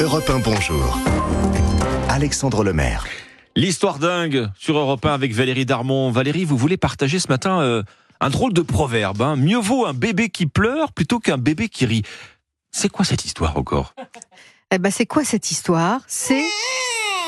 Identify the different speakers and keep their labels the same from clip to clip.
Speaker 1: Europe 1 Bonjour. Alexandre Lemaire.
Speaker 2: L'histoire dingue sur Europe 1 avec Valérie Darmon. Valérie, vous voulez partager ce matin euh, un drôle de proverbe. hein. Mieux vaut un bébé qui pleure plutôt qu'un bébé qui rit. C'est quoi cette histoire encore
Speaker 3: Eh ben, c'est quoi cette histoire C'est.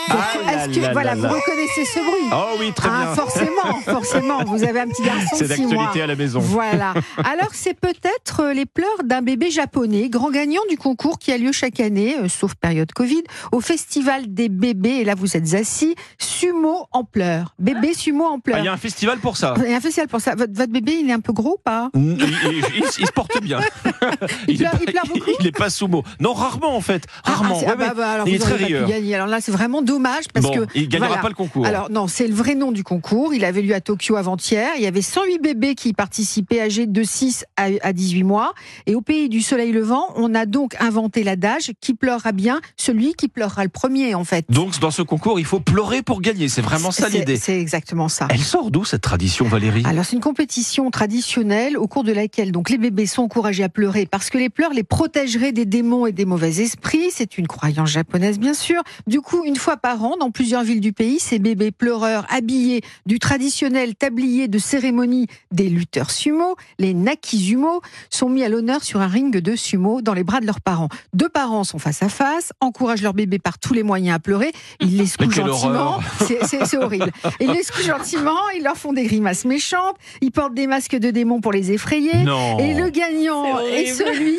Speaker 3: Donc,
Speaker 2: Ah là
Speaker 3: est-ce que-
Speaker 2: là
Speaker 3: voilà,
Speaker 2: là là.
Speaker 3: vous reconnaissez ce bruit
Speaker 2: Oh oui, très
Speaker 3: Ah,
Speaker 2: bien.
Speaker 3: forcément, forcément. Vous avez un petit garçon
Speaker 2: C'est
Speaker 3: de six mois.
Speaker 2: d'actualité à la maison.
Speaker 3: Voilà. Alors, c'est peut-être euh, les pleurs d'un bébé japonais, grand gagnant du concours qui a lieu chaque année, euh, sauf période Covid, au Festival des bébés. Et là, vous êtes assis, sumo en pleurs. Bébé sumo en
Speaker 2: Ah, Il
Speaker 3: pleurs.
Speaker 2: y a un festival pour ça.
Speaker 3: Il y a un festival pour ça. Votre, votre bébé, il est un peu gros ou pas
Speaker 2: Il, il- il- il se porte bien.
Speaker 3: Il
Speaker 2: est
Speaker 3: pleure- il
Speaker 2: pas-
Speaker 3: pleure beaucoup
Speaker 2: il est pas sous mot. Non, rarement en fait.
Speaker 3: Ah,
Speaker 2: Rarement.
Speaker 3: c'est-
Speaker 2: Ouais,
Speaker 3: ah bah,
Speaker 2: ouais.
Speaker 3: bah, alors
Speaker 2: il
Speaker 3: vous
Speaker 2: est très
Speaker 3: auriez pas pu
Speaker 2: rieur.
Speaker 3: gagner. Alors là, c'est vraiment dommage parce
Speaker 2: bon,
Speaker 3: que
Speaker 2: il gagnera
Speaker 3: voilà.
Speaker 2: pas le concours.
Speaker 3: Alors non, c'est le vrai nom du concours. Il avait lieu à Tokyo avant-hier. Il y avait 108 bébés qui y participaient, âgés de 6 à- à 18 mois. Et au pays du soleil levant, on a donc inventé l'adage qui pleurera bien, celui qui pleurera le premier en fait.
Speaker 2: Donc dans ce concours, il faut pleurer pour gagner. C'est vraiment ça
Speaker 3: C'est-
Speaker 2: l'idée.
Speaker 3: C'est exactement ça.
Speaker 2: Elle sort d'où cette tradition, Valérie
Speaker 3: Alors c'est une compétition traditionnelle au cours de laquelle donc les bébés sont encouragés à pleurer parce que les pleurs les protégeraient des démons et des mauvais esprits. C'est une croyance japonaise bien sûr. Du coup, une fois par an, dans plusieurs villes du pays, ces bébés pleureurs habillés du traditionnel tablier de cérémonie des lutteurs sumo, les nakizumo, sont mis à l'honneur sur un ring de sumo dans les bras de leurs parents. Deux parents sont face à face, encouragent leur bébé par tous les moyens à pleurer. Ils les secouent
Speaker 2: Mais quelle
Speaker 3: gentiment.
Speaker 2: horreur.
Speaker 3: C'est- C'est c'est horrible. Ils les secouent gentiment, ils leur font des grimaces méchantes, ils portent des masques de démons pour les effrayer.
Speaker 2: Non.
Speaker 3: Ah, Et le gagnant
Speaker 4: C'est
Speaker 3: est celui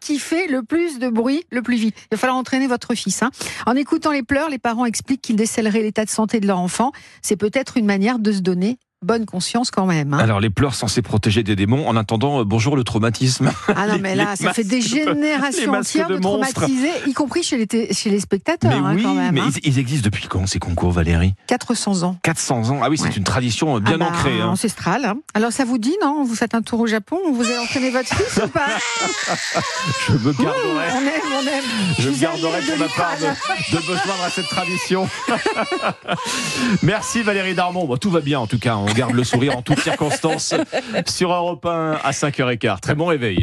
Speaker 3: qui fait le plus de bruit le plus vite. Il va falloir entraîner votre fils. hein. En écoutant les pleurs, les parents expliquent qu'ils décèleraient l'état de santé de leur enfant. C'est peut-être une manière de se donner bonne conscience quand même. hein.
Speaker 2: Alors les pleurs censés protéger des démons. En attendant, euh, bonjour le traumatisme.
Speaker 3: Ah non, mais
Speaker 2: les
Speaker 3: là, ça fait des
Speaker 2: masques de- les
Speaker 3: générations
Speaker 2: masques
Speaker 3: entières
Speaker 2: de
Speaker 3: de,
Speaker 2: monstres.
Speaker 3: traumatisés, y compris chez les, té- chez les spectateurs
Speaker 2: mais
Speaker 3: hein,
Speaker 2: oui,
Speaker 3: quand même.
Speaker 2: mais
Speaker 3: hein.
Speaker 2: ils, ils existent depuis quand ces concours, Valérie
Speaker 3: 400 ans.
Speaker 2: 400 ans. Ah oui, c'est
Speaker 3: Ouais.
Speaker 2: une tradition euh, bien
Speaker 3: Ah bah,
Speaker 2: ancrée. hein.
Speaker 3: Ancestrale. hein. Alors ça vous dit, non Vous faites un tour au Japon Vous allez entraîner votre fils ou pas
Speaker 2: Je me garderai.
Speaker 3: On aime, on aime.
Speaker 2: Je
Speaker 3: Vous
Speaker 2: me garderai
Speaker 3: alliez
Speaker 2: pour
Speaker 3: de
Speaker 2: ma part de,
Speaker 3: l'Ukraine.
Speaker 2: de me joindre à cette tradition. Merci Valérie Darmon. Bon, tout va bien en tout cas. On garde le sourire en toutes circonstances sur Europe 1 à 5h15. Très bon réveil.